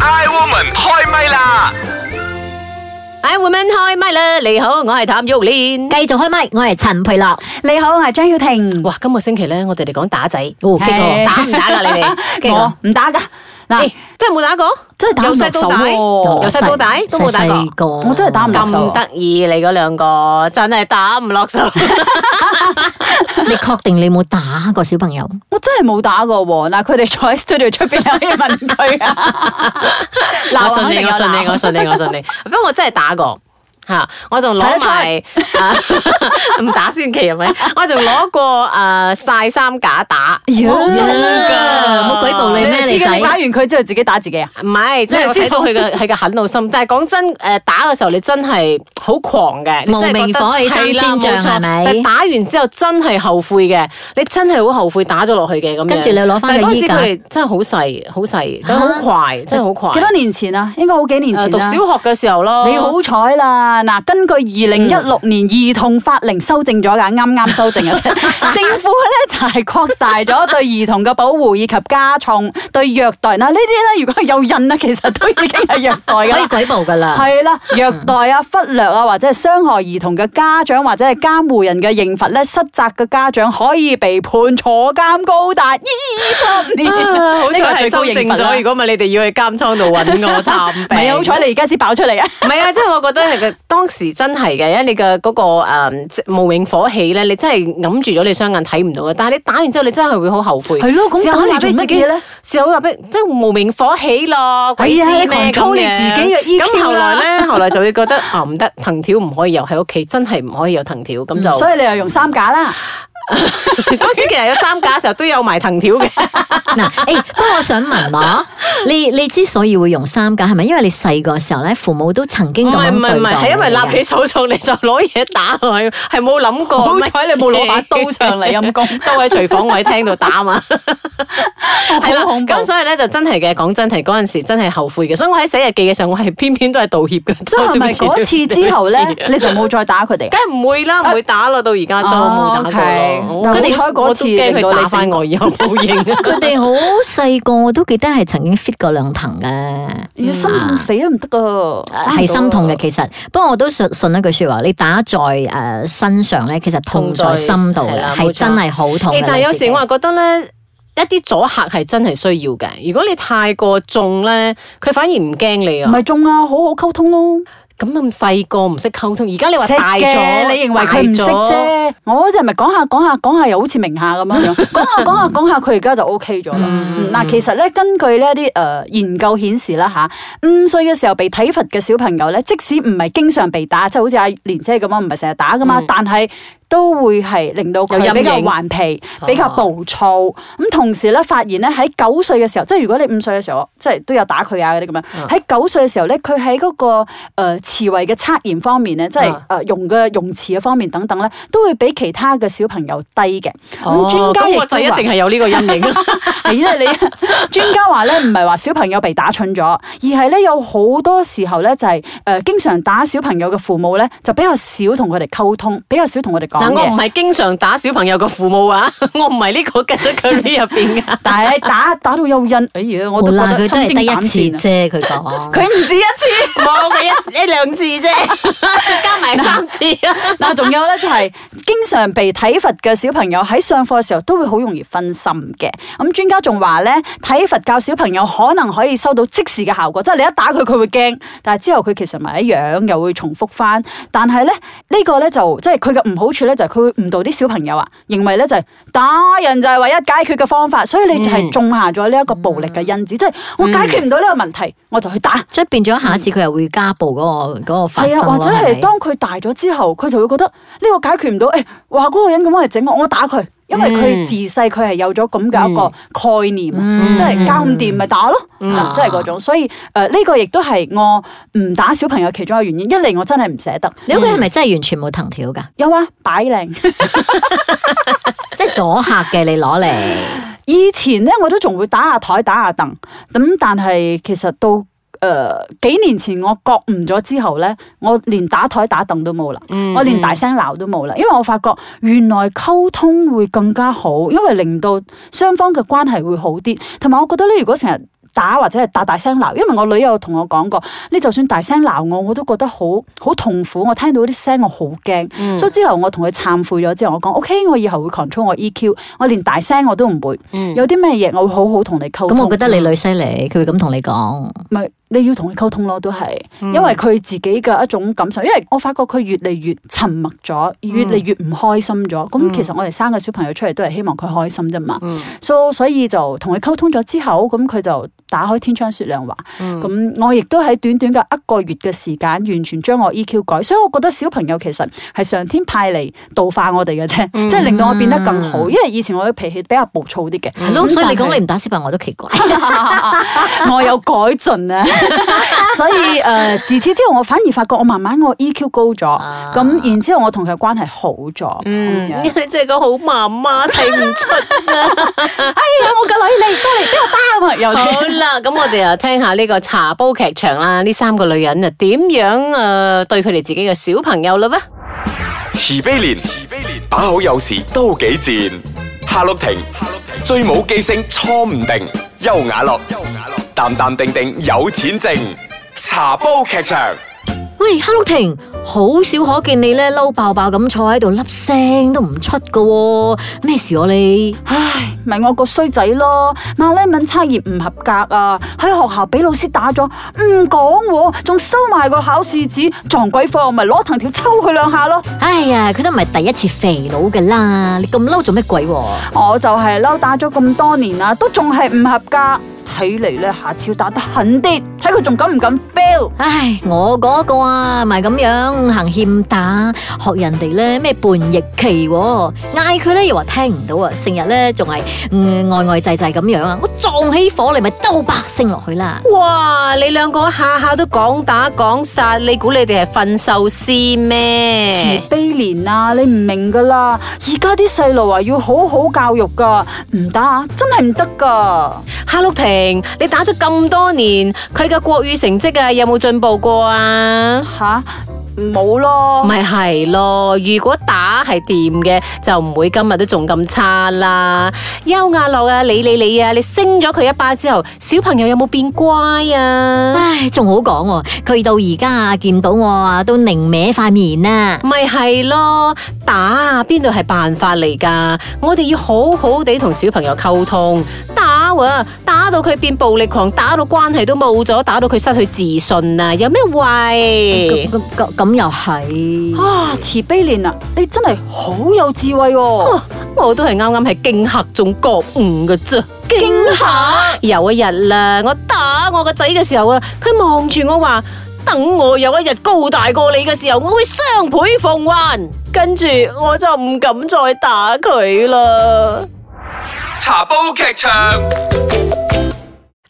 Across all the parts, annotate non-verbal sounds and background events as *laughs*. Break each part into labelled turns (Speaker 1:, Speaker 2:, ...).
Speaker 1: Iwoman 開唛啦！
Speaker 2: I woman 開唛啦！你好，我係譚玉蓮。
Speaker 3: 繼續開麥，我係陳培樂，
Speaker 4: 你好，我係張曉婷。
Speaker 2: 哇，今個星期咧，我哋嚟講打仔，
Speaker 3: 哦，激
Speaker 4: 係
Speaker 3: 我，
Speaker 2: 打唔打噶你
Speaker 4: *laughs*
Speaker 2: 哋？激哎
Speaker 4: 我唔打噶，嗱
Speaker 2: 誒，真係冇打過，
Speaker 4: 真係打唔
Speaker 2: 由細
Speaker 4: 落手
Speaker 2: 到大，
Speaker 4: 喎
Speaker 2: 由細到大都冇打過。
Speaker 3: 過，
Speaker 4: 哦我真係打唔落手
Speaker 2: 咁得意，你嗰兩個真係打唔落手。
Speaker 3: *laughs* 你確定你冇打過小朋友？
Speaker 4: 我真係冇打過喎。嗱，佢哋坐喺 studio 出邊，可以問
Speaker 2: *laughs*
Speaker 4: 佢啊。
Speaker 2: 我
Speaker 4: 鬧
Speaker 2: 信
Speaker 4: 肯
Speaker 2: 你，
Speaker 4: 定有
Speaker 2: 我信
Speaker 4: 鬧
Speaker 2: 你，我信你，我信你。不過我真係打過。吓！我仲攞埋 *laughs* 啊唔打先奇係咪？我仲攞過誒晒衫架打，
Speaker 4: 呀
Speaker 2: 好痛㗎
Speaker 3: 冇舉報你咩
Speaker 4: 你
Speaker 3: 你
Speaker 4: 自己
Speaker 3: 仔
Speaker 4: 打？完佢之後自己打自己啊？
Speaker 2: 唔係，即係
Speaker 4: 你又
Speaker 2: 我
Speaker 4: 知
Speaker 2: 睇到佢嘅係個狠怒心。但係講真，誒打嘅時候你真係好狂嘅，你真係覺
Speaker 3: 無名
Speaker 2: 得
Speaker 3: 火起三
Speaker 2: 係啦
Speaker 3: 千丈
Speaker 2: 冇錯
Speaker 3: 係咪
Speaker 2: 但係打完之後真係後悔嘅，你真係好後悔打咗落去嘅咁樣
Speaker 3: 跟住你攞返
Speaker 2: 但係
Speaker 3: 個
Speaker 2: 嗰
Speaker 3: 衣
Speaker 2: 時
Speaker 3: 架
Speaker 2: 佢哋真係好細，好細，但係好快，真係好快。
Speaker 4: 幾多年前啊？應該好幾年
Speaker 2: 誒
Speaker 4: 前
Speaker 2: 讀
Speaker 4: 啦
Speaker 2: 小。學嘅嗯時候咯，
Speaker 4: 你好彩啦！嗱，根據二零一六年兒童法令修正咗㗎，啱啱修正
Speaker 2: *laughs*
Speaker 4: 嘅啫。政府咧就係擴大咗對兒童嘅保護，以及加重對虐待。嗱，呢啲咧如果係有印咧，啊其實都已經係虐待㗎
Speaker 3: 可以
Speaker 4: 啦。
Speaker 3: 舉報噶啦，
Speaker 4: 係啊啦，虐待啊、忽略啊，或者係傷害兒童嘅家長或者係監護人嘅刑罰咧，失責嘅家長可以被判坐監高達二十年。
Speaker 2: 啊，好
Speaker 4: 呢個係
Speaker 2: 彩係
Speaker 4: 最高
Speaker 2: 修
Speaker 4: 刑
Speaker 2: 正
Speaker 4: 罰啦
Speaker 2: 咗。如果唔係，你哋要去監倉度揾我探病。
Speaker 4: 唔係啊好彩你而家先爆出嚟啊！
Speaker 2: 唔係啊，即係我覺得係個當時真係嘅，因為你嘅嗰、個誒即係無影火氣咧，你真係揞住咗你雙眼睇唔到嘅。但係你打完之後，你真係會好後悔。
Speaker 4: 係咯咁
Speaker 2: 事後
Speaker 4: 打嚟
Speaker 2: 話俾
Speaker 4: 做乜
Speaker 2: 自己
Speaker 4: 嘢咧？
Speaker 2: 事後話俾即係無名火起咯，鬼
Speaker 4: 係啊
Speaker 2: 知
Speaker 4: 你
Speaker 2: 咩
Speaker 4: control
Speaker 2: 咁
Speaker 4: 你
Speaker 2: 樣
Speaker 4: 自己嘅 EQ
Speaker 2: 咁後來
Speaker 4: 啦
Speaker 2: 咧， *laughs* 後來就會覺得啊唔得，藤條唔可以有喺屋企，真係唔嗯可以有藤條，咁就
Speaker 4: 所以你又用三架啦。
Speaker 2: *laughs* 嗰時其實有三架嘅時候都有埋藤條嘅。
Speaker 3: 嗱，誒，不過我想問
Speaker 4: *laughs*
Speaker 3: 我，你你之所以會用三架，係咪因為你細個嘅時候咧，父母都曾經
Speaker 2: *laughs* 唔
Speaker 3: 咁
Speaker 2: 係
Speaker 3: 樣
Speaker 2: 唔係唔
Speaker 3: 對
Speaker 2: 係，
Speaker 3: 待
Speaker 2: 係因為
Speaker 3: 你啊嘅
Speaker 2: 立起手重你就攞嘢打落去，係冇諗過。
Speaker 4: 好彩你冇攞把刀上嚟陰公
Speaker 2: 都喺廚房位聽到打嘛。 *laughs* 係啦，
Speaker 4: 好恐怖
Speaker 2: 咁所以咧就真係嘅，講真係嗰陣時真係後悔嘅，所以我喺寫日記嘅時候，我係偏偏都係道歉嘅。
Speaker 4: *laughs* 所以係
Speaker 2: *laughs*
Speaker 4: 咪嗰次之後咧，你就冇再打佢哋？
Speaker 2: 梗
Speaker 4: 啊
Speaker 2: 係唔會啦，唔會打啦，到而家都冇打過啦。
Speaker 4: 哦
Speaker 2: 我
Speaker 4: ，OK
Speaker 2: 我都
Speaker 4: 好彩嗰次
Speaker 2: 我都驚
Speaker 4: 令到
Speaker 2: 佢
Speaker 4: 你
Speaker 2: 打翻我以後啊報應。
Speaker 4: *laughs*
Speaker 2: *laughs*
Speaker 3: 佢哋好細個，我都記得係曾經 fit 過兩藤嘅。
Speaker 4: 要心痛死都唔得啊噶，
Speaker 3: 係心痛嘅，其實不過我都信信一句説話，你打在誒、呃身上咧，其實痛在心度
Speaker 2: 痛在係啦
Speaker 3: 嘅，
Speaker 2: 冇
Speaker 3: 係
Speaker 2: 錯
Speaker 3: 真係好痛嘅
Speaker 2: 誒，但係有
Speaker 3: 你自己
Speaker 2: 時我係覺得咧。一啲阻嚇係真係需要嘅，如果你太過重咧，佢反而唔驚你啊
Speaker 4: 唔。係中啊，好好溝通咯。
Speaker 2: 咁咁細個唔識溝通，而家你話
Speaker 4: 識
Speaker 2: 大
Speaker 4: 嘅
Speaker 2: 咗，
Speaker 4: 你認為佢唔識
Speaker 2: 大咗？
Speaker 4: 啫？我就咪講下講下講下，又好似明下咁樣樣，講下講下講下，佢而家就 O K 咗啦。嗯嗱，其實咧，根據呢一啲誒研究顯示啦吓，五歲嘅時候被體罰嘅小朋友咧，即使唔係經常被打，即係好似阿蓮姐咁樣，唔係成日打噶嘛，但係。都會係令到佢
Speaker 2: 嗯有陰影哦
Speaker 4: 比較頑皮、比較暴躁，咁同時咧發現咧喺九歲嘅時候，即係如果你五歲嘅時候，即係都有打佢啊嗰啲咁樣。喺九歲嘅時候咧，佢喺嗰個誒詞彙嘅測驗方面咧，即係
Speaker 2: 啊
Speaker 4: 誒用嘅用詞嘅方面等等咧，都會比其他嘅小朋友低嘅。
Speaker 2: 哦
Speaker 4: 咁專家亦
Speaker 2: 咁我就一
Speaker 4: 都話
Speaker 2: 定係有呢個陰影。
Speaker 4: *laughs* 係因為你啊專家話咧，唔係話小朋友被打蠢咗，而係咧有好多時候咧就係、誒、經常打小朋友嘅父母咧，就比較少同佢哋溝通，比較少同佢哋講
Speaker 2: 但我唔
Speaker 4: 嘢。
Speaker 2: 係經常打小朋友嘅父母啊， *laughs* 我唔係呢個 category 入邊噶。
Speaker 4: 但係打打到有癮，哎呀，我都
Speaker 3: 無
Speaker 4: 覺
Speaker 3: 啦，
Speaker 4: 得
Speaker 3: 佢都
Speaker 4: 心
Speaker 3: 係得
Speaker 4: 驚膽
Speaker 3: 一
Speaker 4: 戰啊
Speaker 3: 次啫，佢講。
Speaker 4: 佢唔止一次。
Speaker 2: *laughs* 冇，咪一一兩次啫， *laughs* 加埋三次 *laughs* 啊。
Speaker 4: *laughs* 嗱，仲有咧就係、經常被體罰嘅小朋友喺上課嘅時候都會好容易分心嘅。咁專家仲話咧，體罰教小朋友可能可以收到即時嘅效果，即係你一打佢佢會驚，但係之後佢其實咪一樣又會重複翻。但係咧呢、個咧就即係佢嘅唔好處咧就係佢會誤導啲小朋友啊，認為咧就係、打人就係唯一解決嘅方法，所以你就係種下咗呢一個暴力嘅因子，即係我解決唔到呢個問題，我就去打。
Speaker 3: 所以變咗下一次佢又會家暴嗰、個嗰、個發
Speaker 4: 嗯係
Speaker 3: 生
Speaker 4: 啊，
Speaker 3: 咯
Speaker 4: 或者
Speaker 3: 係
Speaker 4: 係
Speaker 3: 咪
Speaker 4: 當佢大咗之後，佢就會覺得呢個解決唔到，誒、哇嗰、個人咁樣嚟整我，我打佢，因為佢
Speaker 2: 嗯
Speaker 4: 自細佢係有咗咁嘅一個概念，啊
Speaker 3: 嗯
Speaker 4: 即係搞唔掂咪打咯，
Speaker 2: 嗯
Speaker 4: 啊即係嗰種。所以誒呢、個亦都係我唔打小朋友其中一個原因，一嚟我真係唔捨得，
Speaker 3: 你屋企係咪真係完全冇藤條㗎？
Speaker 4: 有啊擺靚。 *laughs*
Speaker 3: 即係阻嚇嘅，你攞
Speaker 4: 嗯
Speaker 3: 嚟。
Speaker 4: 以前咧，我都仲會打下台、打下凳，咁但係其實到誒、呃、幾年前我覺悟咗之後咧，我連打台、打凳都冇啦，
Speaker 2: 嗯
Speaker 3: 嗯
Speaker 4: 我連大聲鬧都冇啦，因為我發覺原來溝通會更加好，因為令到雙方嘅關係會好啲，同埋我覺得咧，如果成日打或者係大大聲鬧，因為我女友同我講過，你就算大聲鬧我，我都覺得好好痛苦。我聽到啲聲，我好驚。
Speaker 2: 嗯
Speaker 3: 嗯
Speaker 4: 所以之後我同佢懺悔咗之後，我講 OK，我以後會 control 我 EQ，我連大聲我都唔會。
Speaker 2: 嗯
Speaker 4: 有啲咩嘢我會好好啊同你溝通。
Speaker 3: 咁我覺得你女犀利，佢會咁同你講。
Speaker 4: 唔係你要同佢溝通咯，都係，
Speaker 3: 嗯
Speaker 4: 因為佢自己嘅一種感受，因為我發覺佢越嚟越沉默咗，越
Speaker 3: 嗯
Speaker 4: 嚟越唔開心咗。咁、其實我哋生個小朋友出嚟都係希望佢開心啫嘛。
Speaker 2: 嗯
Speaker 4: 所所以就同佢溝通咗之後，咁佢就打開天窗説亮話。
Speaker 2: 嗯
Speaker 4: 咁、我亦都喺短短嘅一個月嘅時間，完全將我 EQ 改。所以我覺得小朋友其實係上天派嚟度化我哋嘅啫，
Speaker 3: 嗯
Speaker 4: 即係令到我變得更好。因為以前我嘅脾氣比較暴躁啲嘅，
Speaker 3: 係咯，所以你
Speaker 4: 但係
Speaker 3: 講你唔打小朋友我都奇
Speaker 4: *laughs*
Speaker 3: 怪。
Speaker 4: 我有改進啊，所以誒、呃自此之後，我反而發覺我慢慢我 EQ 高咗，咁、
Speaker 3: 啊
Speaker 4: 然之後我同佢嘅關係好咗。
Speaker 2: 嗯 *laughs*
Speaker 4: 咁樣，
Speaker 2: 你真係個好媽媽睇唔出。啊 *laughs*
Speaker 4: 哎呀，我個女你都嚟俾我打啊！又
Speaker 2: 好啦，咁我哋又聽下呢個茶煲劇場啦，呢三個女人啊，點樣诶、呃、对佢哋自己嘅小朋友嘞咩？
Speaker 1: 慈悲莲，慈悲莲，把好有時都幾賤。夏綠庭，夏綠庭，最冇記性錯唔定。優雅樂，優雅樂，淡淡定定有錢剩。茶煲劇場，
Speaker 3: 喂，哈 o 婷，好少可見你咧嬲爆爆咁坐喺度，粒聲都唔出噶喎，咩事我、你？
Speaker 4: 唉，咪我個衰仔咯，馬拉文測驗唔合格啊，喺學校俾老師打咗，唔講喎，仲收埋個考試紙，撞鬼貨，咪攞藤條抽佢兩下咯。
Speaker 3: 哎呀，佢都唔係第一次肥佬噶啦，你咁嬲做咩鬼、喎？
Speaker 4: 我就係嬲打咗咁多年啦，都仲係唔合格，睇嚟咧下次要打得狠啲，睇佢仲敢唔敢 fail。
Speaker 3: 唉，我嗰個啊，咪咁樣行欠打，學人哋咧咩叛逆期、喎，嗌佢咧又話聽唔到啊，成日咧仲係嗯呆呆滯滯咁樣啊，我撞起火嚟咪兜百聲落去啦。
Speaker 2: 哇！你兩個下下都講打講殺，你估你哋係訓獸師
Speaker 4: 慈
Speaker 2: 咩？
Speaker 4: 悲年啊，你唔明噶啦！而家啲細路啊，要好好教育噶，唔得啊，真係唔得噶。
Speaker 2: 哈禄婷，你打咗咁多年，佢嘅國語成績啊有冇進步過啊？
Speaker 4: 吓，冇咯。
Speaker 2: 咪係咯，如果打係掂嘅，就唔會今日都仲咁差啦。優雅樂啊，你你你啊，你升咗佢一巴之後，小朋友有冇變乖啊？
Speaker 3: 唉，仲好講喎，佢到而家啊，見到我啊，都擰歪塊面啊。
Speaker 2: 咪係咯，打啊邊度係辦法嚟㗎？我哋要好好地同小朋友溝通，打啊，打到佢變暴力狂，打到關係都冇咗，打到佢失去自信啊！有咩
Speaker 3: 咁
Speaker 2: 謂？
Speaker 3: 咁咁咁又係，
Speaker 4: 啊，慈悲年啊，你真係好有智慧喎、
Speaker 3: 哦
Speaker 2: 我都係啱啱係驚嚇中覺悟嘅啫。
Speaker 4: 驚嚇！
Speaker 2: 有一日啦，我打我個仔嘅時候啊，佢望住我話：等我有一日高大過你嘅時候，我會雙倍奉還。跟住我就唔敢再打佢啦。
Speaker 1: 茶煲劇場。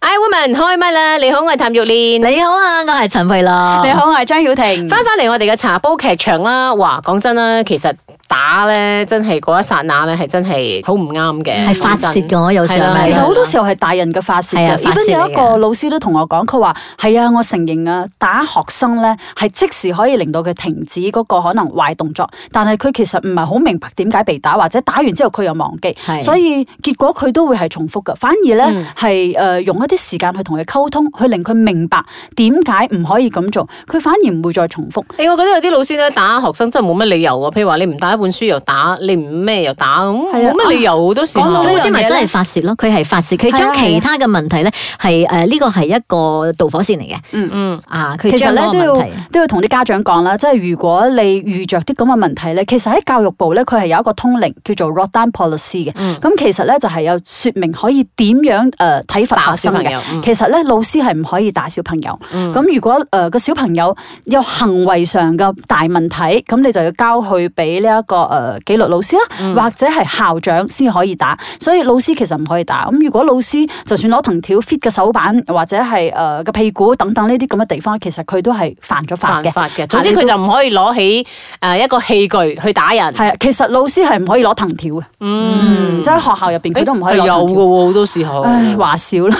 Speaker 2: I woman 開唛啦！你好，我係譚玉蓮。
Speaker 3: 你好啊，我係陳慧樂。
Speaker 4: *laughs* 你，好，我係張曉婷。
Speaker 2: 翻返嚟我哋嘅茶煲劇場啦，哇！講真啦，其實打咧真係嗰一剎那咧係真係好唔啱嘅，
Speaker 3: 係發泄㗎我有時候
Speaker 2: 係啦
Speaker 3: 咪
Speaker 4: 其實好多時
Speaker 2: 候
Speaker 4: 候係大人嘅發泄
Speaker 3: 係
Speaker 4: 嘅
Speaker 3: 啊，發
Speaker 4: even
Speaker 3: 泄嚟
Speaker 4: 有
Speaker 3: 嘅
Speaker 4: 一個老師都同我講，佢話係啊，我承認啊，打學生咧係即時可以令到佢停止嗰個可能壞動作，但係佢其實唔係好明白點解被打，或者打完之後佢又忘記，
Speaker 3: 係
Speaker 4: 所以結果佢都會係重複嘅。反而咧
Speaker 2: 嗯
Speaker 4: 係誒用一啲時間去同佢溝通，去令佢明白點解唔可以咁做，佢反而唔會再重複。
Speaker 2: 哎誒，我覺得有啲老師咧打學生真係冇乜理由喎，譬如話你唔打一本書又打，你唔咩又打，咁
Speaker 4: 係
Speaker 2: 冇
Speaker 4: 啊
Speaker 2: 乜理由好多時候。
Speaker 4: 講到呢
Speaker 3: 嗰
Speaker 4: 樣
Speaker 3: 啲咪
Speaker 4: 嘢
Speaker 3: 真係
Speaker 4: 咧
Speaker 3: 發泄咯，佢係發泄，佢
Speaker 4: 係
Speaker 3: 將
Speaker 4: 啊
Speaker 3: 其他嘅問題咧係誒呢個係一個導火線嚟嘅
Speaker 2: 嗯，
Speaker 3: 啊，佢
Speaker 4: 其
Speaker 3: 將
Speaker 4: 實咧
Speaker 3: 嗰
Speaker 4: 都
Speaker 3: 個問
Speaker 4: 要
Speaker 3: 題。
Speaker 4: 都要同啲家長講啦，即係如果你遇着啲咁嘅問題咧，其實喺教育部咧，佢係有一個通靈叫做 Rodan Policy 嘅。咁、
Speaker 2: 嗯
Speaker 4: 其實咧就係有說明可以點樣呃誒體罰
Speaker 2: 打小
Speaker 4: 學生
Speaker 2: 朋
Speaker 4: 嘅。
Speaker 2: 友，嗯
Speaker 4: 其實咧，老師係唔可以打小朋友。
Speaker 2: 嗯
Speaker 4: 咁、如果誒呃個、小朋友有行為上嘅大問題，咁你就要交去俾呢一個誒、呃、紀律老師啦，
Speaker 2: 嗯
Speaker 4: 或者係校長先可以打。所以老師其實唔可以打。咁如果老師就算攞藤條 fit 嘅手板，或者係誒個屁股等等呢啲咁嘅地方，其實佢都係犯咗法
Speaker 2: 犯
Speaker 4: 嘅。
Speaker 2: 法嘅，總之佢就唔可以攞起呃誒一個器具去打人。
Speaker 4: 係啊，其實老師係唔可以攞藤條嘅，
Speaker 2: 嗯
Speaker 4: 即係喺學校入邊佢都唔可以
Speaker 2: 誒
Speaker 4: 攞
Speaker 2: 有
Speaker 4: 藤
Speaker 2: 嘅
Speaker 4: 條。
Speaker 2: 喎，好多時候。 *laughs*
Speaker 4: 唉，話少啦，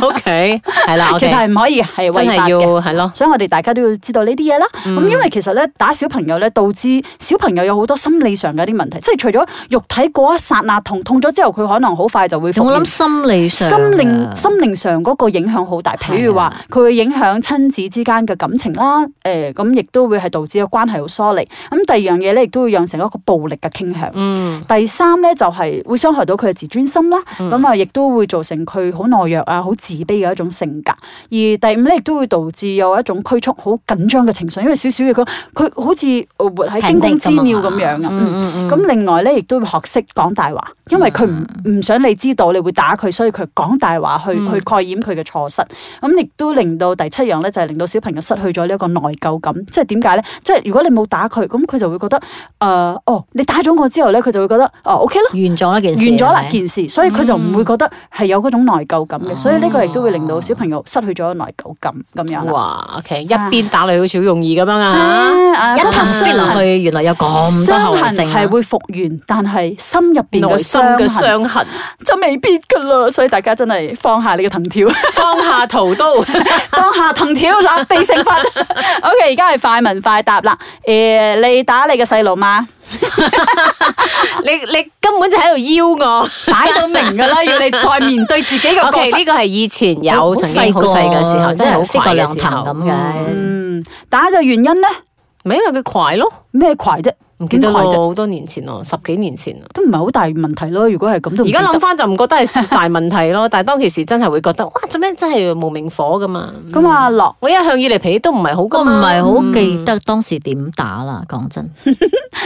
Speaker 2: O K，係啦，
Speaker 4: *laughs* 其實
Speaker 2: OK，
Speaker 4: 係唔可以嘅
Speaker 2: 真
Speaker 4: 係違
Speaker 2: 係
Speaker 4: 法嘅。
Speaker 2: 要係咯。嗯
Speaker 4: 所以我哋大家都要知道呢啲嘢啦。咁、因為其實咧打小朋友咧導致小朋友有好多心理上嘅一啲問題，即係除咗肉體嗰一剎那痛，痛咗之後佢可能好快就會復
Speaker 3: 我
Speaker 4: 原
Speaker 3: 諗心理上
Speaker 4: 心
Speaker 3: 啊，
Speaker 4: 靈心靈上嗰個影響好大，譬如話佢會影響親子之間嘅感情啦，誒咁亦都會係導致個關係好疏離。咁第二樣嘢咧，亦都會釀成一個暴力嘅傾向。
Speaker 2: 嗯，
Speaker 4: 第三咧就係會傷害到佢嘅自尊心啦，咁啊亦都會造成佢好懦弱啊、好自卑嘅一種性格。而第五咧亦都會導致有一種拘束、好緊張嘅情緒，因為少少嘢佢佢好似呃活喺驚弓之鳥咁樣啊。嗯
Speaker 3: 嗯嗯
Speaker 4: 咁另外咧，亦都會學識講大話，因為佢唔
Speaker 3: 嗯
Speaker 4: 唔想你知道，你會打佢，所以佢講大話去去蓋掩佢嘅錯失。咁亦都令到第七樣咧，就係令到小朋友失去咗呢一個內疚感。即係點解咧？即係如果你冇打佢，咁佢就會覺得誒、呃哦，你打咗我之後咧，佢就會覺得哦，OK 啦。
Speaker 3: 完咗啦件
Speaker 4: 完
Speaker 3: 事，嗯
Speaker 4: 咗啦
Speaker 3: 係咪
Speaker 4: 件事，所以佢就唔會覺得係有嗰種內疚感嘅，
Speaker 2: 哦
Speaker 4: 所以呢個亦都會令到小朋友失去咗內疚感咁樣啦。
Speaker 2: 哇，OK，一邊打你好似好容易咁樣啊。
Speaker 4: 啊
Speaker 3: 一頭飛落去，原來有咁多
Speaker 4: 傷
Speaker 3: 後遺
Speaker 4: 痕
Speaker 3: 症啊，
Speaker 4: 係會復原，但係心入邊嘅
Speaker 2: 內心嘅
Speaker 4: 傷痕
Speaker 2: 傷痕，
Speaker 4: 就未必噶啦，所以大家真係放下你嘅藤
Speaker 2: *laughs*
Speaker 4: 條，
Speaker 2: 放下屠刀。 *laughs*
Speaker 4: 放下藤條，立地成佛。OK，而家係快問快答啦。诶、你打你嘅細路嘛？
Speaker 2: 你你根本就喺度邀我。
Speaker 4: 擺到明
Speaker 2: *laughs*
Speaker 4: 噶啦，要你再面對自己嘅
Speaker 2: O
Speaker 4: 過
Speaker 2: K，
Speaker 4: 失。
Speaker 2: 呢個係以前有曾經好細嘅時候，真係好
Speaker 3: 啊飛
Speaker 2: 快
Speaker 3: 過
Speaker 2: 嘅時
Speaker 3: 兩騰
Speaker 2: 候
Speaker 3: 咁嘅。
Speaker 4: 嗯，打嘅原因咧，
Speaker 2: 咪因為佢攰咯，
Speaker 4: 咩攰啫？
Speaker 2: 唔記得
Speaker 4: 點攰
Speaker 2: 咯，
Speaker 4: 啫
Speaker 2: 好多年前咯，十幾年前啦。
Speaker 4: 都唔係好大問題咯。如果係咁都
Speaker 2: 而
Speaker 4: 唔記得
Speaker 2: 家諗翻就唔覺得係大問題咯，但係當其時真係會覺得，哇！做咩真係無名火噶嘛？
Speaker 4: 咁啊，樂
Speaker 2: 我一向以嚟脾氣都唔係好
Speaker 3: 我
Speaker 2: 噶
Speaker 3: 唔
Speaker 2: 嘛，
Speaker 3: 係好記得當時點打啦，講真，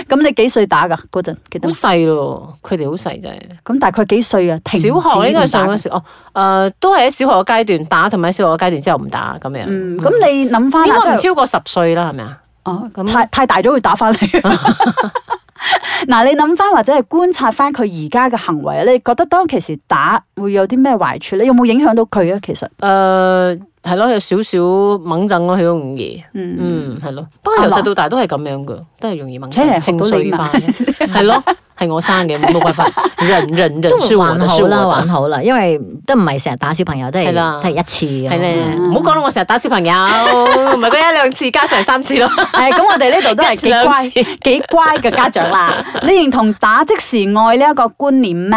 Speaker 4: 咁你幾歲打噶嗰陣？記得
Speaker 2: 好
Speaker 4: 嗎
Speaker 2: 細咯，佢哋好細真係。
Speaker 4: 咁大概幾歲啊？停
Speaker 2: 小
Speaker 4: 止
Speaker 2: 學呢應該係
Speaker 4: 咁打
Speaker 2: 上
Speaker 4: 㗎
Speaker 2: 嗰時哦，誒、都係喺小學嘅階段打，同埋喺小學嘅階段之後唔打咁樣。
Speaker 4: 嗯，咁你諗翻
Speaker 2: 應
Speaker 4: 啦，
Speaker 2: 該唔
Speaker 4: 即係
Speaker 2: 超過十歲啦，係咪啊？
Speaker 4: 哦，
Speaker 2: 咁
Speaker 4: 太太大咗會打翻你。
Speaker 2: *laughs*
Speaker 4: 嗱，你諗翻或者係觀察翻佢而家嘅行為，你覺得當其時打會有啲咩壞處咧？有冇影響到佢啊？其實，
Speaker 2: 誒、呃係咯，有少少猛震咯，佢容易。
Speaker 4: 嗯，
Speaker 2: 嗯，係咯。不過由細到大都係咁樣噶，都係容易猛震
Speaker 4: 睇，嚟學
Speaker 2: 情
Speaker 4: 到你
Speaker 2: 緒
Speaker 4: 嘛
Speaker 2: 化嘅，係咯，係我生嘅，冇辦法，人人人
Speaker 3: 都
Speaker 2: 是我
Speaker 3: 還
Speaker 2: 的，
Speaker 3: 好
Speaker 2: 是我
Speaker 3: 啦，
Speaker 2: 的
Speaker 3: 還好啦，因為都唔係成日打小朋友，都係
Speaker 2: 係啦
Speaker 3: 都係一次
Speaker 2: 系
Speaker 3: 咁
Speaker 2: 咧，
Speaker 3: 樣
Speaker 2: 唔好講啦，我成日打小朋友，唔係嗰一兩次，加成三次咯。
Speaker 4: 誒，咁我哋呢度都係幾
Speaker 2: 一兩
Speaker 4: 乖、
Speaker 2: 次 *laughs*
Speaker 4: 幾乖嘅家長啦。你認同打即時愛呢一個觀念咩？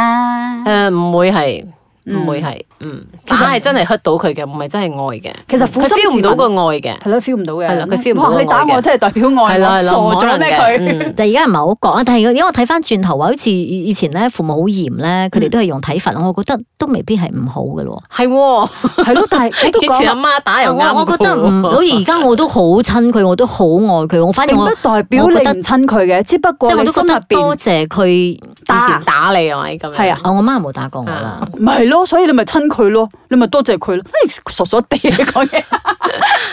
Speaker 2: 誒，唔會係，
Speaker 4: 嗯
Speaker 2: 唔會係，嗯，其實係真係 hurt 到佢嘅，唔係真係愛嘅。
Speaker 4: 其實苦
Speaker 2: 佢
Speaker 4: 心
Speaker 2: feel
Speaker 4: 自
Speaker 2: 唔到個
Speaker 4: 問，
Speaker 2: 愛嘅，
Speaker 4: 係咯，feel 唔到嘅。
Speaker 2: 係啦佢 feel 唔到
Speaker 4: 哇你打
Speaker 2: 愛
Speaker 4: 我
Speaker 2: 嘅
Speaker 4: 真係代表愛
Speaker 2: 係
Speaker 4: 我，
Speaker 2: 啦，係
Speaker 4: 傻
Speaker 2: 啦，唔可
Speaker 4: 咗
Speaker 2: 能
Speaker 4: 咩
Speaker 2: 嘅
Speaker 4: 佢？
Speaker 2: 嗯
Speaker 3: 但而家唔係好講啊，但係如果我睇翻轉頭話，好似以以前咧父母好嚴咧，
Speaker 4: 嗯
Speaker 3: 佢哋都係用體罰，我覺得都未必係唔好嘅咯。啊
Speaker 2: 係喎，
Speaker 4: 係咯，但係我都
Speaker 2: 以前阿
Speaker 4: 講，
Speaker 2: 媽打又啱
Speaker 3: 我我覺得唔，好
Speaker 2: 喎
Speaker 3: 似而家我都好親佢，我都好愛佢，我反而
Speaker 4: 並
Speaker 3: 我
Speaker 4: 不
Speaker 3: 即
Speaker 4: 代表
Speaker 3: 我
Speaker 4: 你
Speaker 3: 覺得
Speaker 4: 唔親佢嘅，只不過
Speaker 3: 係我
Speaker 4: 你
Speaker 3: 都
Speaker 4: 心
Speaker 3: 覺
Speaker 4: 入
Speaker 3: 得多
Speaker 4: 邊
Speaker 3: 謝佢。
Speaker 2: 以
Speaker 4: 打
Speaker 2: 前。打你係咪咁樣？
Speaker 4: 係啊
Speaker 3: 啊我媽冇打過我啦，
Speaker 4: 咪係咯，所以你咪親佢咯，你咪多謝佢咯。誒，傻傻地
Speaker 2: *laughs*
Speaker 4: 啊講嘢。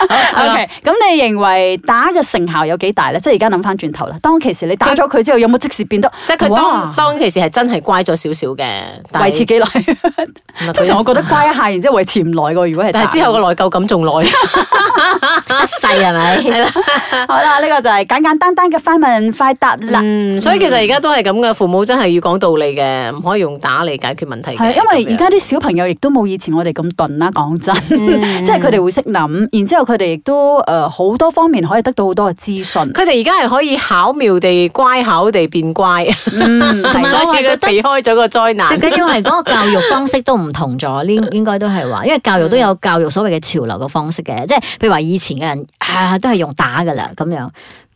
Speaker 4: OK，咁你認為打嘅成效有幾大咧？即係而家諗翻轉頭啦，當其時你打咗佢之後，有冇即時變得
Speaker 2: 即係佢
Speaker 4: 哇
Speaker 2: 當當其時係真係乖咗少少嘅， *laughs* 但係
Speaker 4: 維持幾耐？
Speaker 2: 唔係佢
Speaker 4: 通常我覺得乖一下，然之後維持唔耐喎。如果係打，
Speaker 2: 但係之後個內疚感仲耐。
Speaker 3: 一世
Speaker 2: *laughs*
Speaker 3: 係咪？
Speaker 4: 好啦，呢個就係簡簡單單嘅快問快答啦。
Speaker 2: 嗯，所以其實而家都係咁嘅，父母真係要講道理嘅，唔可以用打嚟解決問題嘅。
Speaker 4: 係，啊因為而
Speaker 2: 咁樣
Speaker 4: 家啲小朋友亦都冇以前我哋咁鈍啦，講真，
Speaker 2: 嗯
Speaker 4: *laughs* 即係佢哋會識諗，然之後佢哋亦都誒好、多方面可以得到好多嘅
Speaker 2: *laughs*
Speaker 4: 資訊。
Speaker 2: 佢哋而家係可以巧妙地乖巧地變乖，
Speaker 4: 嗯，
Speaker 3: 同埋我
Speaker 2: 所
Speaker 3: 係
Speaker 2: 以
Speaker 3: 覺
Speaker 2: 佢
Speaker 3: 得
Speaker 2: 避開咗個災
Speaker 4: 啊
Speaker 2: 難
Speaker 3: 最。緊要係嗰個教育方式都唔同咗，
Speaker 4: *laughs*
Speaker 3: 呢應該都係話，因為教育都
Speaker 4: 嗯
Speaker 3: 有教育所謂嘅潮流嘅方式嘅，即係譬如話以前嘅人啊都係用打噶啦咁樣，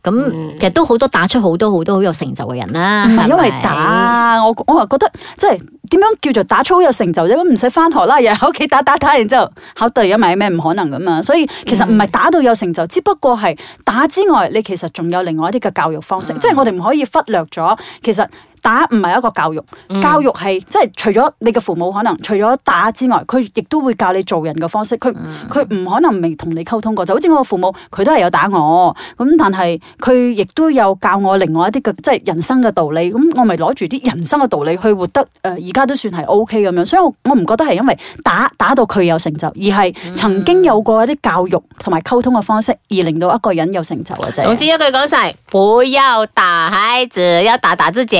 Speaker 3: 咁其實都好多打出好多好多好有成就嘅人啦，
Speaker 4: 嗯唔係因為
Speaker 3: 咪
Speaker 4: 打，我我話覺得即係點樣叫做打操有成就啫？咁唔使翻學啦，又喺屋企打打打，然之後考第一咪咩唔可能噶嘛。所以其實唔係打到有成就，只不過係打之外，你其實仲有另外一啲嘅教育方式，即係我哋唔可以忽略咗其實。打唔係一個教育，
Speaker 2: 嗯
Speaker 4: 教育係即係除咗你嘅父母可能除咗打之外，佢亦都會教你做人嘅方式。佢佢唔可能未同你溝通過，就好似我父母，佢都係有打我，咁但係佢亦都有教我另外一啲嘅即係人生嘅道理。咁我咪攞住啲人生嘅道理去活得誒，呃而、家都算係 O K 咁樣。所以我我唔覺得係因為打打到佢有成就，而係曾經有過一啲教育同埋溝通嘅方式，而令到一個人有成就嘅啫。
Speaker 2: 總之一句講晒，不要打孩子，要打打自己。